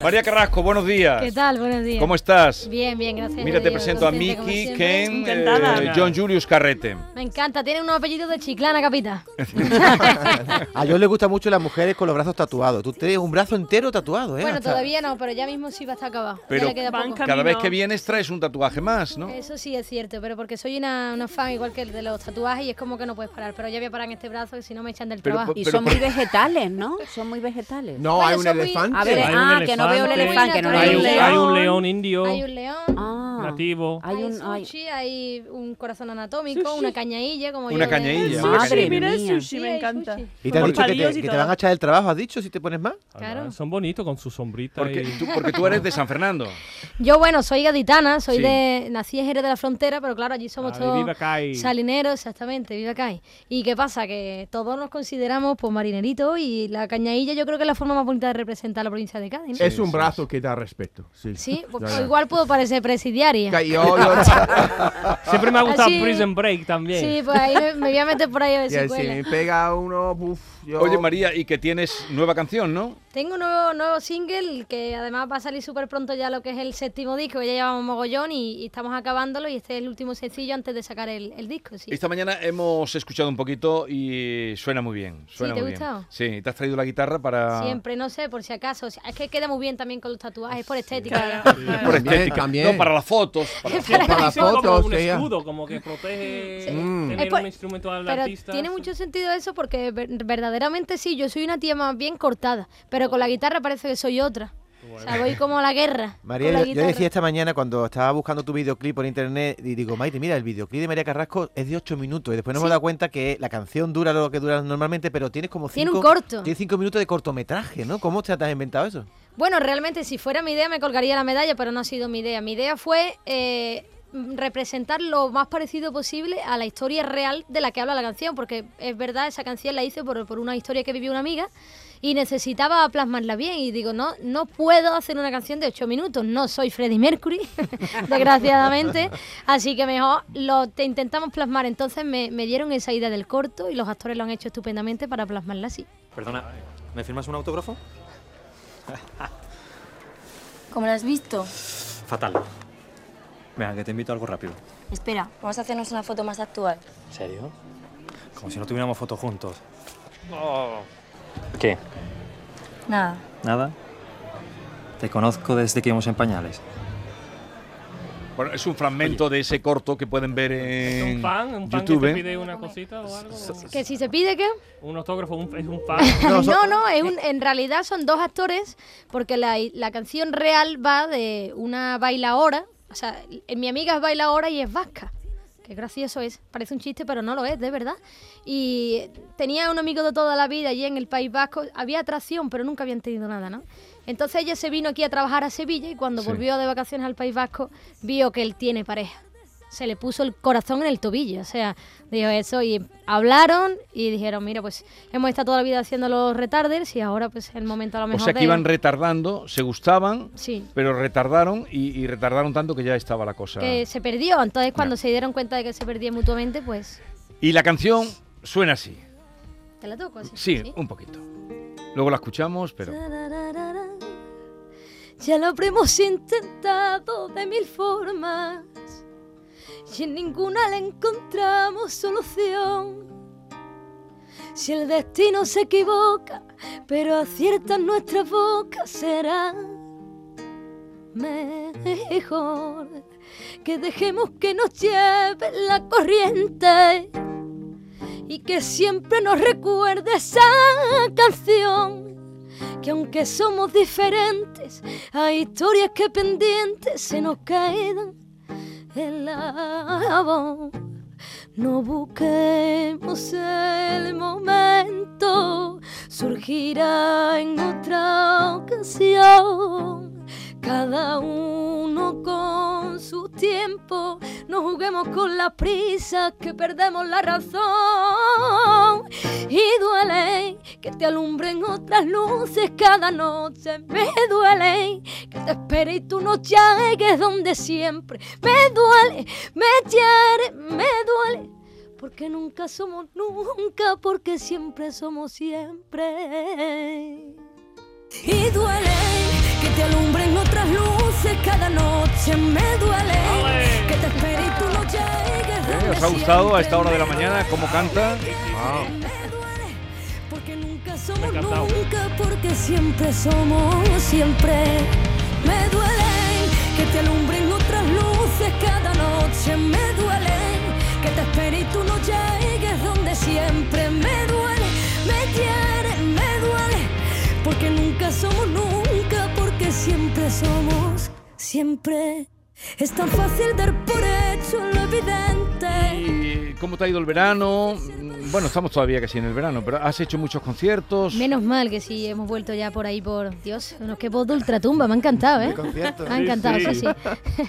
María Carrasco, buenos días. ¿Qué tal? Buenos días. ¿Cómo estás? Bien, bien, gracias. Mira, te Dios, presento a contenta, como Miki, siempre. Ken, Encantada. eh, John Julius Carrete. Me encanta, tiene unos apellidos de chiclana, capita. A John le gustan mucho las mujeres con los brazos tatuados. Tú tienes un brazo entero tatuado, ¿eh? Bueno, Hasta- todavía no, pero ya mismo sí va a estar acabado. Pero- ya le queda poco. Cada Camino. vez que vienes traes un tatuaje más, ¿no? Eso sí es cierto, pero porque soy una, una fan igual que el de los tatuajes y es como que no puedes parar. Pero ya voy a parar en este brazo, que si no me echan del Pero, trabajo. pues, Y Pero son por- muy vegetales, ¿no? Son muy vegetales. No, Bueno, hay un son muy- elefante. A ver, Hay un ah, que no veo el elefante. elefante, no Hay veo Hay el un, hay un león indio Hay un león, Ah. nativo. Hay un. hay Hay... sushi, hay un corazón anatómico, una cañailla, como yo. Una le- cañailla. Sí, Madre sushi, mira el mía. sushi, Sí, me hay encanta. sushi. Y te han Con dicho que te, palillos que y te todo. van a echar el trabajo, ¿has dicho? Si te pones más. Además, Claro. Ah, Son bonitos con su sombrita. Porque y- tú, porque tú eres de San Fernando. Yo, bueno, soy gaditana, soy Sí. de. Nací en Jerez de la Frontera, pero claro, allí somos Ah, de todos. Viva Cay. Salineros, exactamente, viva Cay. ¿Y qué pasa? Que todos nos consideramos pues marineritos y la cañailla yo creo que es la forma más bonita de representar la provincia de Cádiz. ¿no? Es un brazo que da respeto. Sí, Sí, pues, Ya, ya. igual puedo parecer presidiaria. Que yo- yo- Siempre me ha gustado Así- Prison Break también. Sí, pues ahí me, me voy a meter por ahí a ver y si ahí si cuela. me pega uno, buf, yo- Oye, María, y que tienes nueva canción, ¿no? Tengo un nuevo, nuevo single que además va a salir súper pronto ya lo que es el séptimo disco, que ya llevamos mogollón y, y estamos acabándolo y este es el último sencillo antes de sacar el, el disco. Sí. Esta mañana hemos escuchado un poquito y suena muy bien. Suena ¿te muy ha bien. gustado? Sí, te has traído la guitarra para. Siempre, no sé, por si acaso. O sea, es que queda muy bien también con los tatuajes, por estética. ya. Por También, estética. también. este No, para las fotos. para las fotos. para las Dicen como fotos, un que ya- escudo, como que protege Sí. Mm. tener Eh, pues, un instrumento al Pero artista. tiene mucho sentido eso porque ver- verdaderamente sí, yo soy una tía más bien cortada, pero con la guitarra parece que soy otra. O sea, voy como a la guerra. María, con la yo, yo guitarra. decía esta mañana cuando estaba buscando tu videoclip por internet y digo, Maite, mira, el videoclip de María Carrasco es de 8 minutos. Y después nos hemos dado cuenta que la canción dura lo que dura normalmente, pero tienes como 5 Tiene un corto. Tienes 5 minutos de cortometraje, ¿no? ¿Cómo te has inventado eso? Bueno, realmente si fuera mi idea me colgaría la medalla, pero no ha sido mi idea. Mi idea fue eh, m- representar lo más parecido posible a la historia real de la que habla la canción, porque es verdad, esa canción la hice por, por una historia que vivió una amiga y necesitaba plasmarla bien y digo, no, no puedo hacer una canción de 8 minutos, no soy Freddie Mercury, desgraciadamente, así que mejor lo te intentamos plasmar. Entonces me, me dieron esa idea del corto y los actores lo han hecho estupendamente para plasmarla así. Perdona, ¿me firmas un autógrafo? ¿Cómo lo has visto? Fatal. Venga, que te invito a algo rápido. Espera, vamos a hacernos una foto más actual. ¿En serio? Como si no tuviéramos foto juntos. ¿Qué? Nada. ¿Nada? Te conozco desde que íbamos en pañales. Bueno, es un fragmento de ese corto que pueden ver en Un fan, un fan YouTube. ¿eh? que te pide una cosita o algo. Que si se pide que... Un autógrafo, un- es un fan. No, no, es un- en realidad son dos actores, porque la, la canción real va de una bailaora, o sea, eh, mi amiga es bailaora y es vasca. Qué gracioso es, parece un chiste, pero no lo es, de verdad. Y tenía un amigo de toda la vida allí en el País Vasco, había atracción, pero nunca habían tenido nada, ¿no? Entonces ella se vino aquí a trabajar a Sevilla y cuando volvió de vacaciones al País Vasco, vio que él tiene pareja se le puso el corazón en el tobillo, o sea, dijo eso y hablaron y dijeron, mira, pues hemos estado toda la vida haciendo los retarders y ahora pues es el momento a lo O mejor sea que de- iban retardando, se gustaban, Sí. pero retardaron y, y retardaron tanto que ya estaba la cosa. que se perdió, entonces cuando se dieron cuenta de que se perdían mutuamente, pues Y la canción suena así. te la toco así. Sí, un poquito. Luego la escuchamos, pero. ¿eh? Tararara. Ya lo habremos intentado de mil formas y en ninguna le encontramos solución. Si el destino se equivoca, pero acierta en nuestra boca, será mejor que dejemos que nos lleve la corriente y que siempre nos recuerde esa canción que aunque somos diferentes, hay historias que pendientes se nos quedan en la voz. No busquemos el momento, surgirá en otra ocasión. Cada uno con su tiempo, no juguemos con las prisas que perdemos la razón. Y duele que te alumbren otras luces cada noche. Me duele que te espere y tú no llegues donde siempre. Me duele, me hiere, me duele. Porque nunca somos nunca, porque siempre somos siempre. Y duele que te te alumbren otras luces cada noche me duele. ¡Ale! Que te espere y tú no llegues. ¿Eh? donde ¿Os ha gustado a siempre esta hora de la me mañana cómo canta? Ah. duele, me duele, Porque nunca somos ha encantado. nunca, porque siempre somos siempre. Me duele que te alumbren otras luces cada noche. Me duele que te espere y tú no llegues donde siempre. Me duele, me quiere, me duele. Porque nunca somos nunca, porque siempre somos siempre. Es tan fácil dar por hecho lo evidente. ¿Y cómo te ha ido el verano? Mm, Bueno, estamos todavía casi en el verano, pero has hecho muchos conciertos. Menos mal que sí, hemos vuelto ya por ahí por... Dios, nos que voz de ultratumba, me ha encantado, ¿eh? concierto. Me ha Sí, encantado, sí, sí. sí.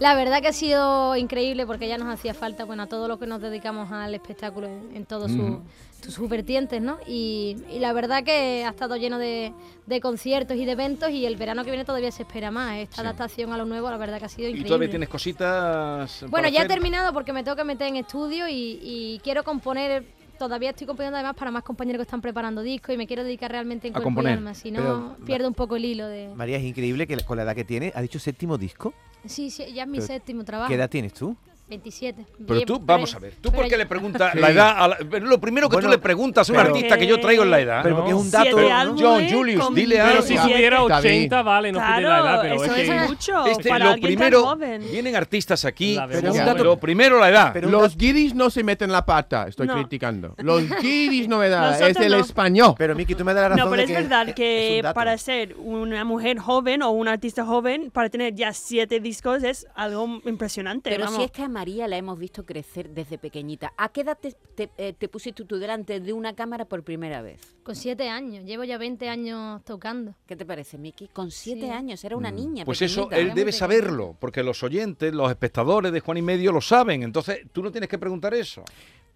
La verdad que ha sido increíble porque ya nos hacía falta, bueno, a todo lo que nos dedicamos al espectáculo en, en todos sus- sus, vertientes, ¿no? Y, y la verdad que ha estado lleno de, de conciertos y de eventos y el verano que viene todavía se espera más. Esta adaptación a lo nuevo, la verdad que ha sido y increíble. todavía tienes cositas. para Bueno, ya he hacer. terminado porque me tengo que meter en estudio y, y quiero componer. Todavía estoy componiendo además para más compañeros que están preparando discos y me quiero dedicar realmente en A cuerpo componer. y alma. Si no, Pero- pierdo un poco el hilo de. María, es increíble que la- con la edad que tiene, ha dicho séptimo disco. Sí, sí, ya es mi Pero- séptimo trabajo. ¿Qué edad tienes tú? 27. Pero Bien, tú, vamos a ver, ¿tú por pero qué yo- le preguntas Sí. la edad? a la- pero lo primero que Bueno, tú le preguntas a un pero- artista que yo traigo es la edad. Pero No. porque es un dato. Ah, Siete ¿no? álbumes John Julius, con dile algo. Pero si veintisiete- sí, tuviera está bien. 80, vale, no pide la edad, Claro, pero eso es que... es mucho. Este, para lo alguien primero, tan joven. vienen artistas aquí, La pero vemos, un dato- bueno. lo primero la edad. Pero un Los guiris no se meten la pata, estoy No. criticando. Los guiris no me dan, Nosotros es el no. español. Pero Miki, tú me das la razón. No, pero de es que verdad es- que es un dato. para ser una mujer joven o un artista joven, para tener ya siete discos es algo impresionante. Pero vamos. si es que a María la hemos visto crecer desde pequeñita. ¿A qué edad te, te- eh, te pusiste tú delante de una cámara por primera vez? Con 7 años, llevo ya 20 años tocando. ¿Qué te parece, Miki? Con siete Sí. años, era una niña. Pues eso, pequeñita. él muy debe pequeñita. saberlo, porque los oyentes, los espectadores de Juan y Medio lo saben. Entonces, tú no tienes que preguntar eso.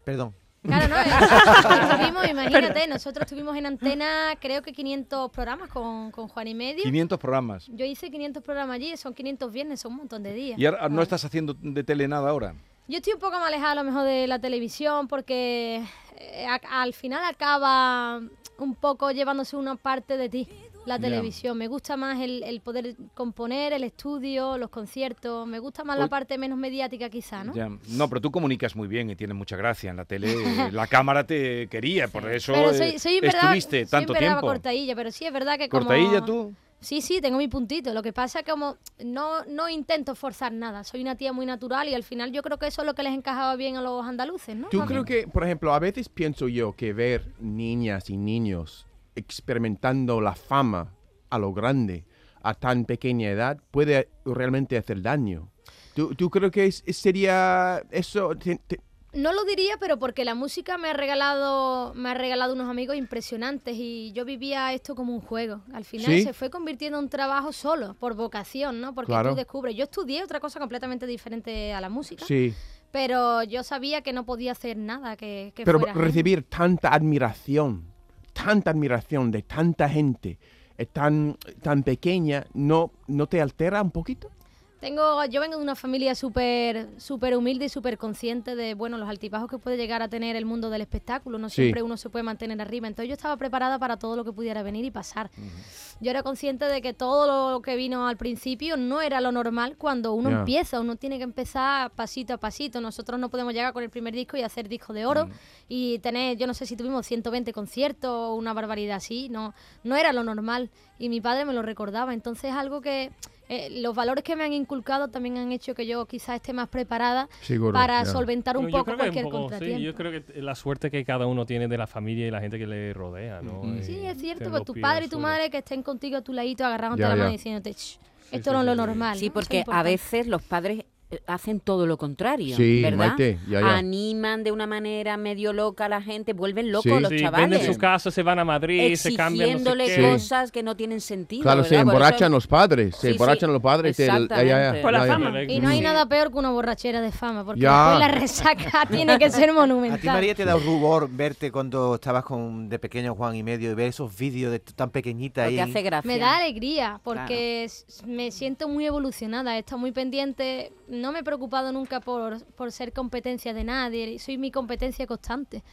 Perdón. Claro, no, eh, estuvimos, imagínate, nosotros estuvimos en antena, creo que 500 programas con, con Juan y Medio. 500 programas. Yo hice 500 programas allí, son 500 viernes, son un montón de días. Y ahora no estás haciendo de tele nada ahora. Yo estoy un poco más alejada a lo mejor de la televisión porque eh, a- al final acaba un poco llevándose una parte de ti la Ya. televisión. Me gusta más el, el poder componer, el estudio, los conciertos. Me gusta más la Hoy- parte menos mediática quizá, Ah, ¿no? Ya. No, pero tú comunicas muy bien y tienes mucha gracia en la tele. eh, la cámara te quería, por eso Pero eh, soy, soy en verdad, estuviste soy en tanto verdad tiempo. cortadilla, pero sí es verdad que como... Cortadilla tú. Sí, sí, tengo mi puntito. Lo que pasa es que como no, no intento forzar nada. Soy una tía muy natural y al final yo creo que eso es lo que les encajaba bien a los andaluces, ¿no? Yo Más creo bien. que, por ejemplo, a veces pienso yo que ver niñas y niños experimentando la fama a lo grande a tan pequeña edad puede realmente hacer daño. ¿Tú, tú crees que es- sería eso? te- te- No lo diría, pero porque la música me ha regalado, me ha regalado unos amigos impresionantes y yo vivía esto como un juego. Al final Sí. se fue convirtiendo en un trabajo solo, por vocación, ¿no? Porque Claro. tú descubres. Yo estudié otra cosa completamente diferente a la música, sí. pero yo sabía que no podía hacer nada que, que Pero fuera ajeno. recibir tanta admiración, tanta admiración de tanta gente eh, tan, tan pequeña, ¿no, ¿no te altera un poquito? Tengo, yo vengo de una familia súper súper humilde y súper consciente de bueno los altibajos que puede llegar a tener el mundo del espectáculo. No Sí. siempre uno se puede mantener arriba. Entonces yo estaba preparada para todo lo que pudiera venir y pasar. Yo era consciente de que todo lo que vino al principio no era lo normal cuando uno Ya. empieza. Uno tiene que empezar pasito a pasito. Nosotros no podemos llegar con el primer disco y hacer disco de oro Mm. y tener, yo no sé si tuvimos 120 conciertos o una barbaridad así. No, no era lo normal. Y mi padre me lo recordaba. Entonces es algo que eh, los valores que me han inculcado también han hecho que yo quizás esté más preparada Seguro, para ya. solventar un Yo poco creo que un cualquier poco, sí, contratiempo. yo creo que t- la suerte que cada uno tiene de la familia y la gente que le rodea, ¿no? Ujú. Eh, Sí, es cierto, tener pues los tu pies padre y al tu suelo. madre que estén contigo a tu ladito agarrándote Ya, la mano ya. y diciéndote, "Shh, Sí, esto sí, no es lo sí, sí. normal. Sí, ¿no? Eso es porque a importante. veces los padres eh, hacen todo lo contrario, Sí, ¿verdad? Maite, ya, ya. Animan de una manera medio loca a la gente, vuelven locos Sí. los Sí, chavales. venden sus casas, se van a Madrid, se cambian, no sé exigiéndole qué. Sí. cosas que no tienen sentido. Claro, se ¿verdad? Por eso emborrachan es- los padres, se Sí, sí, emborrachan los padres. te- exactamente. Por la fama. Y no hay Sí. nada peor que una borrachera de fama, porque Ya. después la resaca tiene que ser ¿A ti, monumental. María, te da rubor verte cuando estabas con de pequeño Juan y medio y ver esos vídeos de t- tan pequeñita ahí? Porque hace gracia. Me da alegría porque s- me siento muy evolucionada, he estado muy pendiente no me he preocupado nunca por, por ser competencia de nadie, soy mi competencia constante.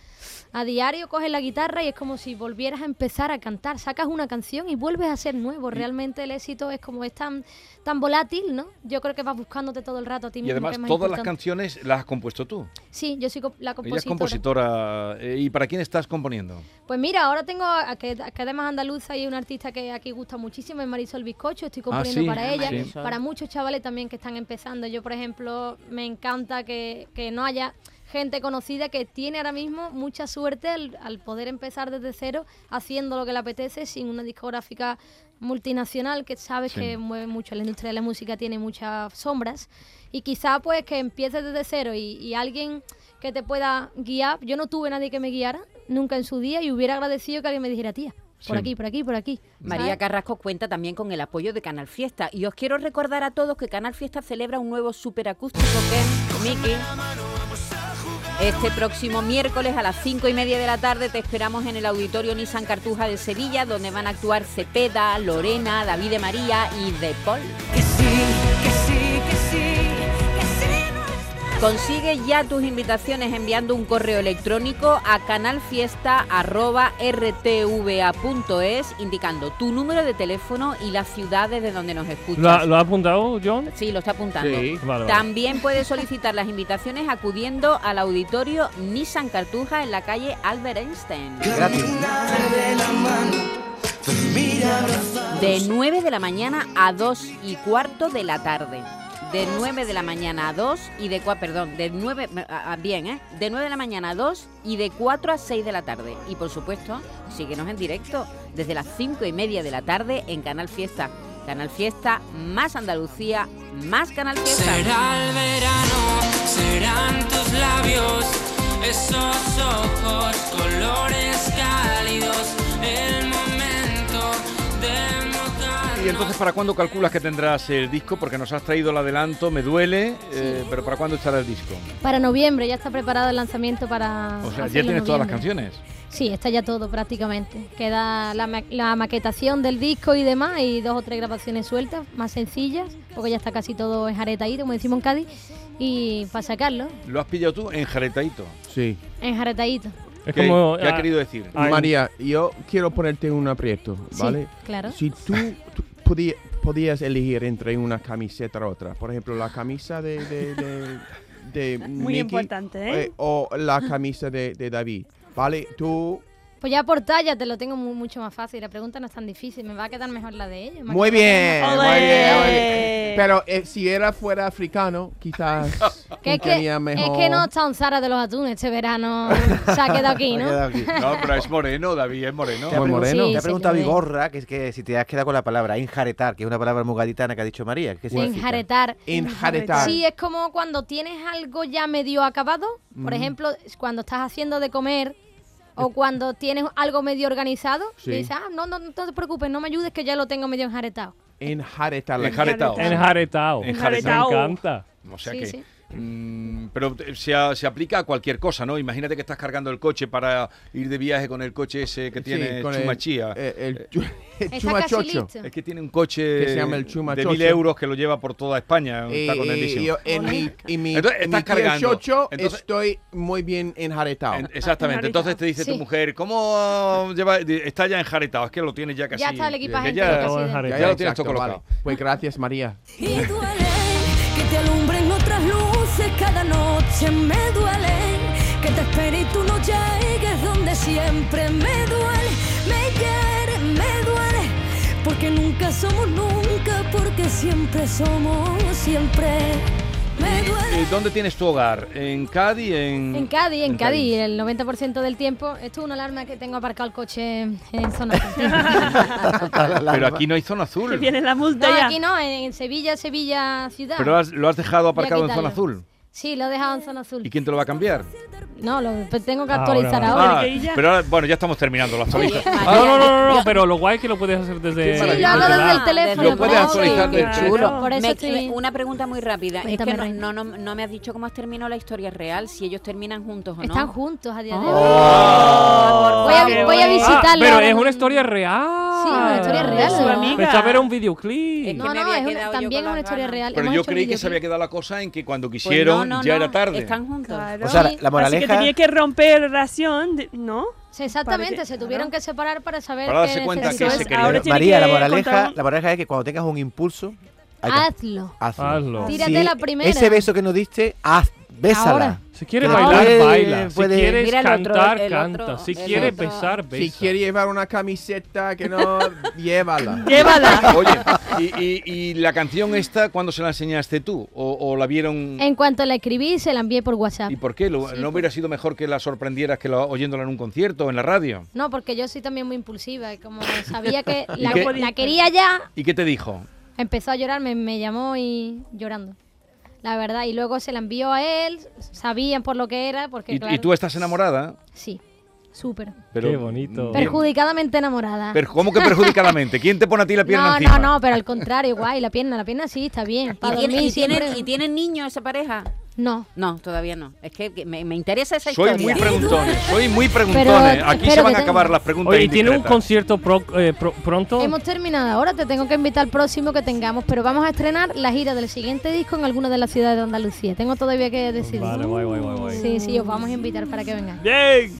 A diario coges la guitarra y es como si volvieras a empezar a cantar, sacas una canción y vuelves a ser nuevo. Realmente el éxito es como es tan, tan volátil, ¿no? Yo creo que vas buscándote todo el rato a ti Y mismo. que además es más todas las importante. canciones las has compuesto tú. Sí, yo soy co- la Ella compositora. es compositora. eh, ¿Y para quién estás componiendo? Pues mira, ahora tengo, a- a que, a que además andaluza y es una artista que aquí gusta muchísimo, es Marisol Bizcocho, estoy componiendo Ah, sí, para ella, sí. para muchos chavales también que están empezando. Yo, por ejemplo, me encanta que, que no haya gente conocida que tiene ahora mismo mucha suerte al, al poder empezar desde cero haciendo lo que le apetece sin una discográfica multinacional que sabes Sí. que mueve mucho, la industria de la música tiene muchas sombras y quizá pues que empieces desde cero y, y alguien que te pueda guiar, yo no tuve nadie que me guiara nunca en su día y hubiera agradecido que alguien me dijera tía, por Sí. aquí, por aquí, por aquí. María ¿sabes? Carrasco cuenta también con el apoyo de Canal Fiesta. Y os quiero recordar a todos que Canal Fiesta celebra un nuevo superacústico que es Mickey. Este próximo miércoles a las 5 y media de la tarde te esperamos en el Auditorio Nissan Cartuja de Sevilla, donde van a actuar Cepeda, Lorena, David de María y De Paul. Consigue ya tus invitaciones enviando un correo electrónico a canalfiesta.rtva.es indicando tu número de teléfono y las ciudades de donde nos escuchas. ¿Lo, ha- lo ha apuntado, John? Sí, lo está apuntando. Sí. Vale, vale. También puedes solicitar las invitaciones acudiendo al auditorio Nissan Cartuja en la calle Albert Einstein. Gratis. De 9 de la mañana a 2 y cuarto de la tarde. De 9 de la mañana a 2 y de 4, perdón, de 9, a- a- bien, ¿eh? De 9 de la mañana a 2 y de 4 a 6 de la tarde. Y por supuesto, síguenos en directo desde las 5 y media de la tarde en Canal Fiesta. Canal Fiesta, más Andalucía, más Canal Fiesta. Y entonces, ¿para cuándo calculas que tendrás el disco? Porque nos has traído el adelanto, me duele, eh, pero ¿para cuándo estará el disco? Para noviembre ya está preparado el lanzamiento para... O sea, hacerlo ya en tienes todas las noviembre. canciones. Sí, está ya todo prácticamente. Queda la, ma- la maquetación del disco y demás, y dos o tres grabaciones sueltas, más sencillas, porque ya está casi todo en jareta ahí, como decimos en Cádiz, y para sacarlo, Lo has pillado tú en Jaretadito. Sí. en jaretadito. Es ¿Qué, como... qué ha ah, querido decir? Ay. María, yo quiero ponerte un aprieto, ¿vale? Sí, claro. Si tú, tú podí- podías elegir entre una camiseta o otra, por ejemplo, la camisa de... de- de- de Muy Nicky, importante, ¿eh? eh, o la camisa de, de David, ¿vale? Tú... Pues ya por talla te lo tengo mu- mucho más fácil, la pregunta no es tan difícil, me va a quedar mejor la de ellos. me ha quedado Muy bien, mejor. Eh, muy bien, muy ¡Ole! bien. Pero eh, si era fuera africano, quizás Que es, que, funcionaría es mejor. que no está un Zara de los Atunes este verano, se ha quedado aquí, Me ¿no? ha quedado aquí. No, pero es moreno, David, es moreno. Te ha, Muy pregun- moreno. Sí, te ha sí, preguntado lo es. Vigorra, que es que si te has quedado con la palabra enjaretar, que es una palabra muy gaditana que ha dicho María. ¿qué significa? Enjaretar. Enjaretar. Sí, es como cuando tienes algo ya medio acabado, por ejemplo, es cuando estás haciendo de comer o cuando tienes algo medio organizado, Sí. y dices, ah, no, no, no te preocupes, no me ayudes que ya lo tengo medio enjaretado. Enjaretar. Enjaretado. Enjaretao. Enjaretao. Me encanta. O sea Sí, que. sí. mm, pero te- se, a- se aplica a cualquier cosa, ¿no? Imagínate que estás cargando el coche para ir de viaje con el coche ese que Sí, tiene con el- Chumachía. eh, El, chu- el Está casi chumachocho. listo. es que tiene un coche Que se llama el de Chumachocho. mil euros que lo lleva por toda España. Eh, está con eh, edición. yo en mi, en mi, Entonces, en mi estás cargando. 18 Entonces- estoy muy bien enjaretado. En- exactamente. Entonces te dice tu Sí. mujer, ¿cómo lleva? di- Está ya enjaretado, es que lo tiene ya casi. Ya está el que equipaje ya- entero, Todo casi de- ya enjaretao. lo tienes todo exacto, colocado. vale. Pues gracias, María. Y duele que te alumbren otras luces cada noche. Me duele que te espere y tú no llegues donde siempre. Me duele, me hiere, me duele. Porque nunca somos nunca, porque siempre somos siempre. Me duele. Eh, ¿Dónde tienes tu hogar? ¿En Cádiz? En, En Cádiz, en Cádiz, el 90% del tiempo. Esto es una alarma que tengo aparcado el coche en zona franca. Pero aquí no hay zona azul. Que viene la multa No, ya. aquí no, en, en Sevilla, Sevilla ciudad. Pero has- lo has dejado Voy a aparcado en zona quitarlo. azul. Sí, lo he dejado en zona azul. ¿Y quién te lo va a cambiar? No, lo tengo que Ahora, actualizar ahora. ahora. Ah, pero ahora- bueno, ya estamos terminando la actualiza. María, Ah, no, no, no, no, no, pero lo guay es que lo puedes hacer desde. Sí, yo hablo desde el teléfono. Lo puedes pero- actualizar del Claro. chulo. Por eso Me- estoy- me- Una pregunta muy rápida. Cuéntame, es que reina. no, no, no, no me has dicho cómo has terminado la historia real, si ellos terminan juntos Ah. o no. Pues Están juntos a día de hoy. Oh. Voy a- Qué voy a bonito. Ah, visitarlo. pero ahora. es una historia real. Sí, una historia real. Su amiga. Pensaba que era un Es videoclip. que No, me no, había es una- quedado yo también con es una las historia ganas. real. Pero Hemos yo hecho creí que se había videoclip. quedado la cosa en que cuando Pues quisieron no, no, ya no, era tarde. Están juntos. Claro. O sea, la, la Así que moraleja. tenía que romper relación, de- ¿no? Sí, Exactamente, Parece- se tuvieron claro. que separar para saber Para darse que cuenta que Eso necesitaba- se es, quería- ahora tiene eh, María, que la moraleja, contar un- la moraleja es que cuando tengas un impulso. hay que- Hazlo. hazlo. Hazlo. Tírate la primera. Ese beso que nos diste, haz, bésala. Ahora. Si quieres Ahora bailar, puede- baila. Si puede- quieres Mira el otro, cantar, el otro, canta. si el quieres otro. besar, besa. Si quiere llevar una camiseta que no, llévala. Llévala. Oye, y, y- y la canción esta, ¿cuándo se la enseñaste tú? ¿O, o la vieron? En cuanto la escribí, se la envié por WhatsApp. ¿Y por qué? Lo- ¿No hubiera sido mejor que la sorprendieras que la, oyéndola en un concierto o en la radio? No, porque yo soy también muy impulsiva. Y como sabía que ¿Y la, qué? la quería ya, ¿Y qué te dijo? empezó a llorar, me, me llamó y llorando. La verdad. Y luego se la envió a él, sabían por lo que era, porque ¿Y, y claro, tú estás enamorada? Sí, súper. Pero, Qué bonito. Bien. Perjudicadamente enamorada. Pero, ¿Cómo que perjudicadamente? ¿Quién te pone a ti la pierna no, encima? no, no, pero al contrario, guay, la pierna, la pierna sí, está bien. ¿Y, Para tiene- dormir y tienen, siempre- ¿Y tienen niños esa pareja? No. No, todavía no. Es que que me, me interesa esa Soy historia. muy preguntones, soy muy preguntones. Aquí se espero van que a acabar tenga. las preguntas Oye, ¿y tiene un indiscretas. concierto pro- eh, pro- pronto? Hemos terminado ahora, te tengo que invitar al próximo que tengamos, pero vamos a estrenar la gira del siguiente disco en alguna de las ciudades de Andalucía. Tengo todavía que decidir. Vale, guay, guay, guay, guay. Sí, sí, os vamos a invitar para que vengáis. Bien.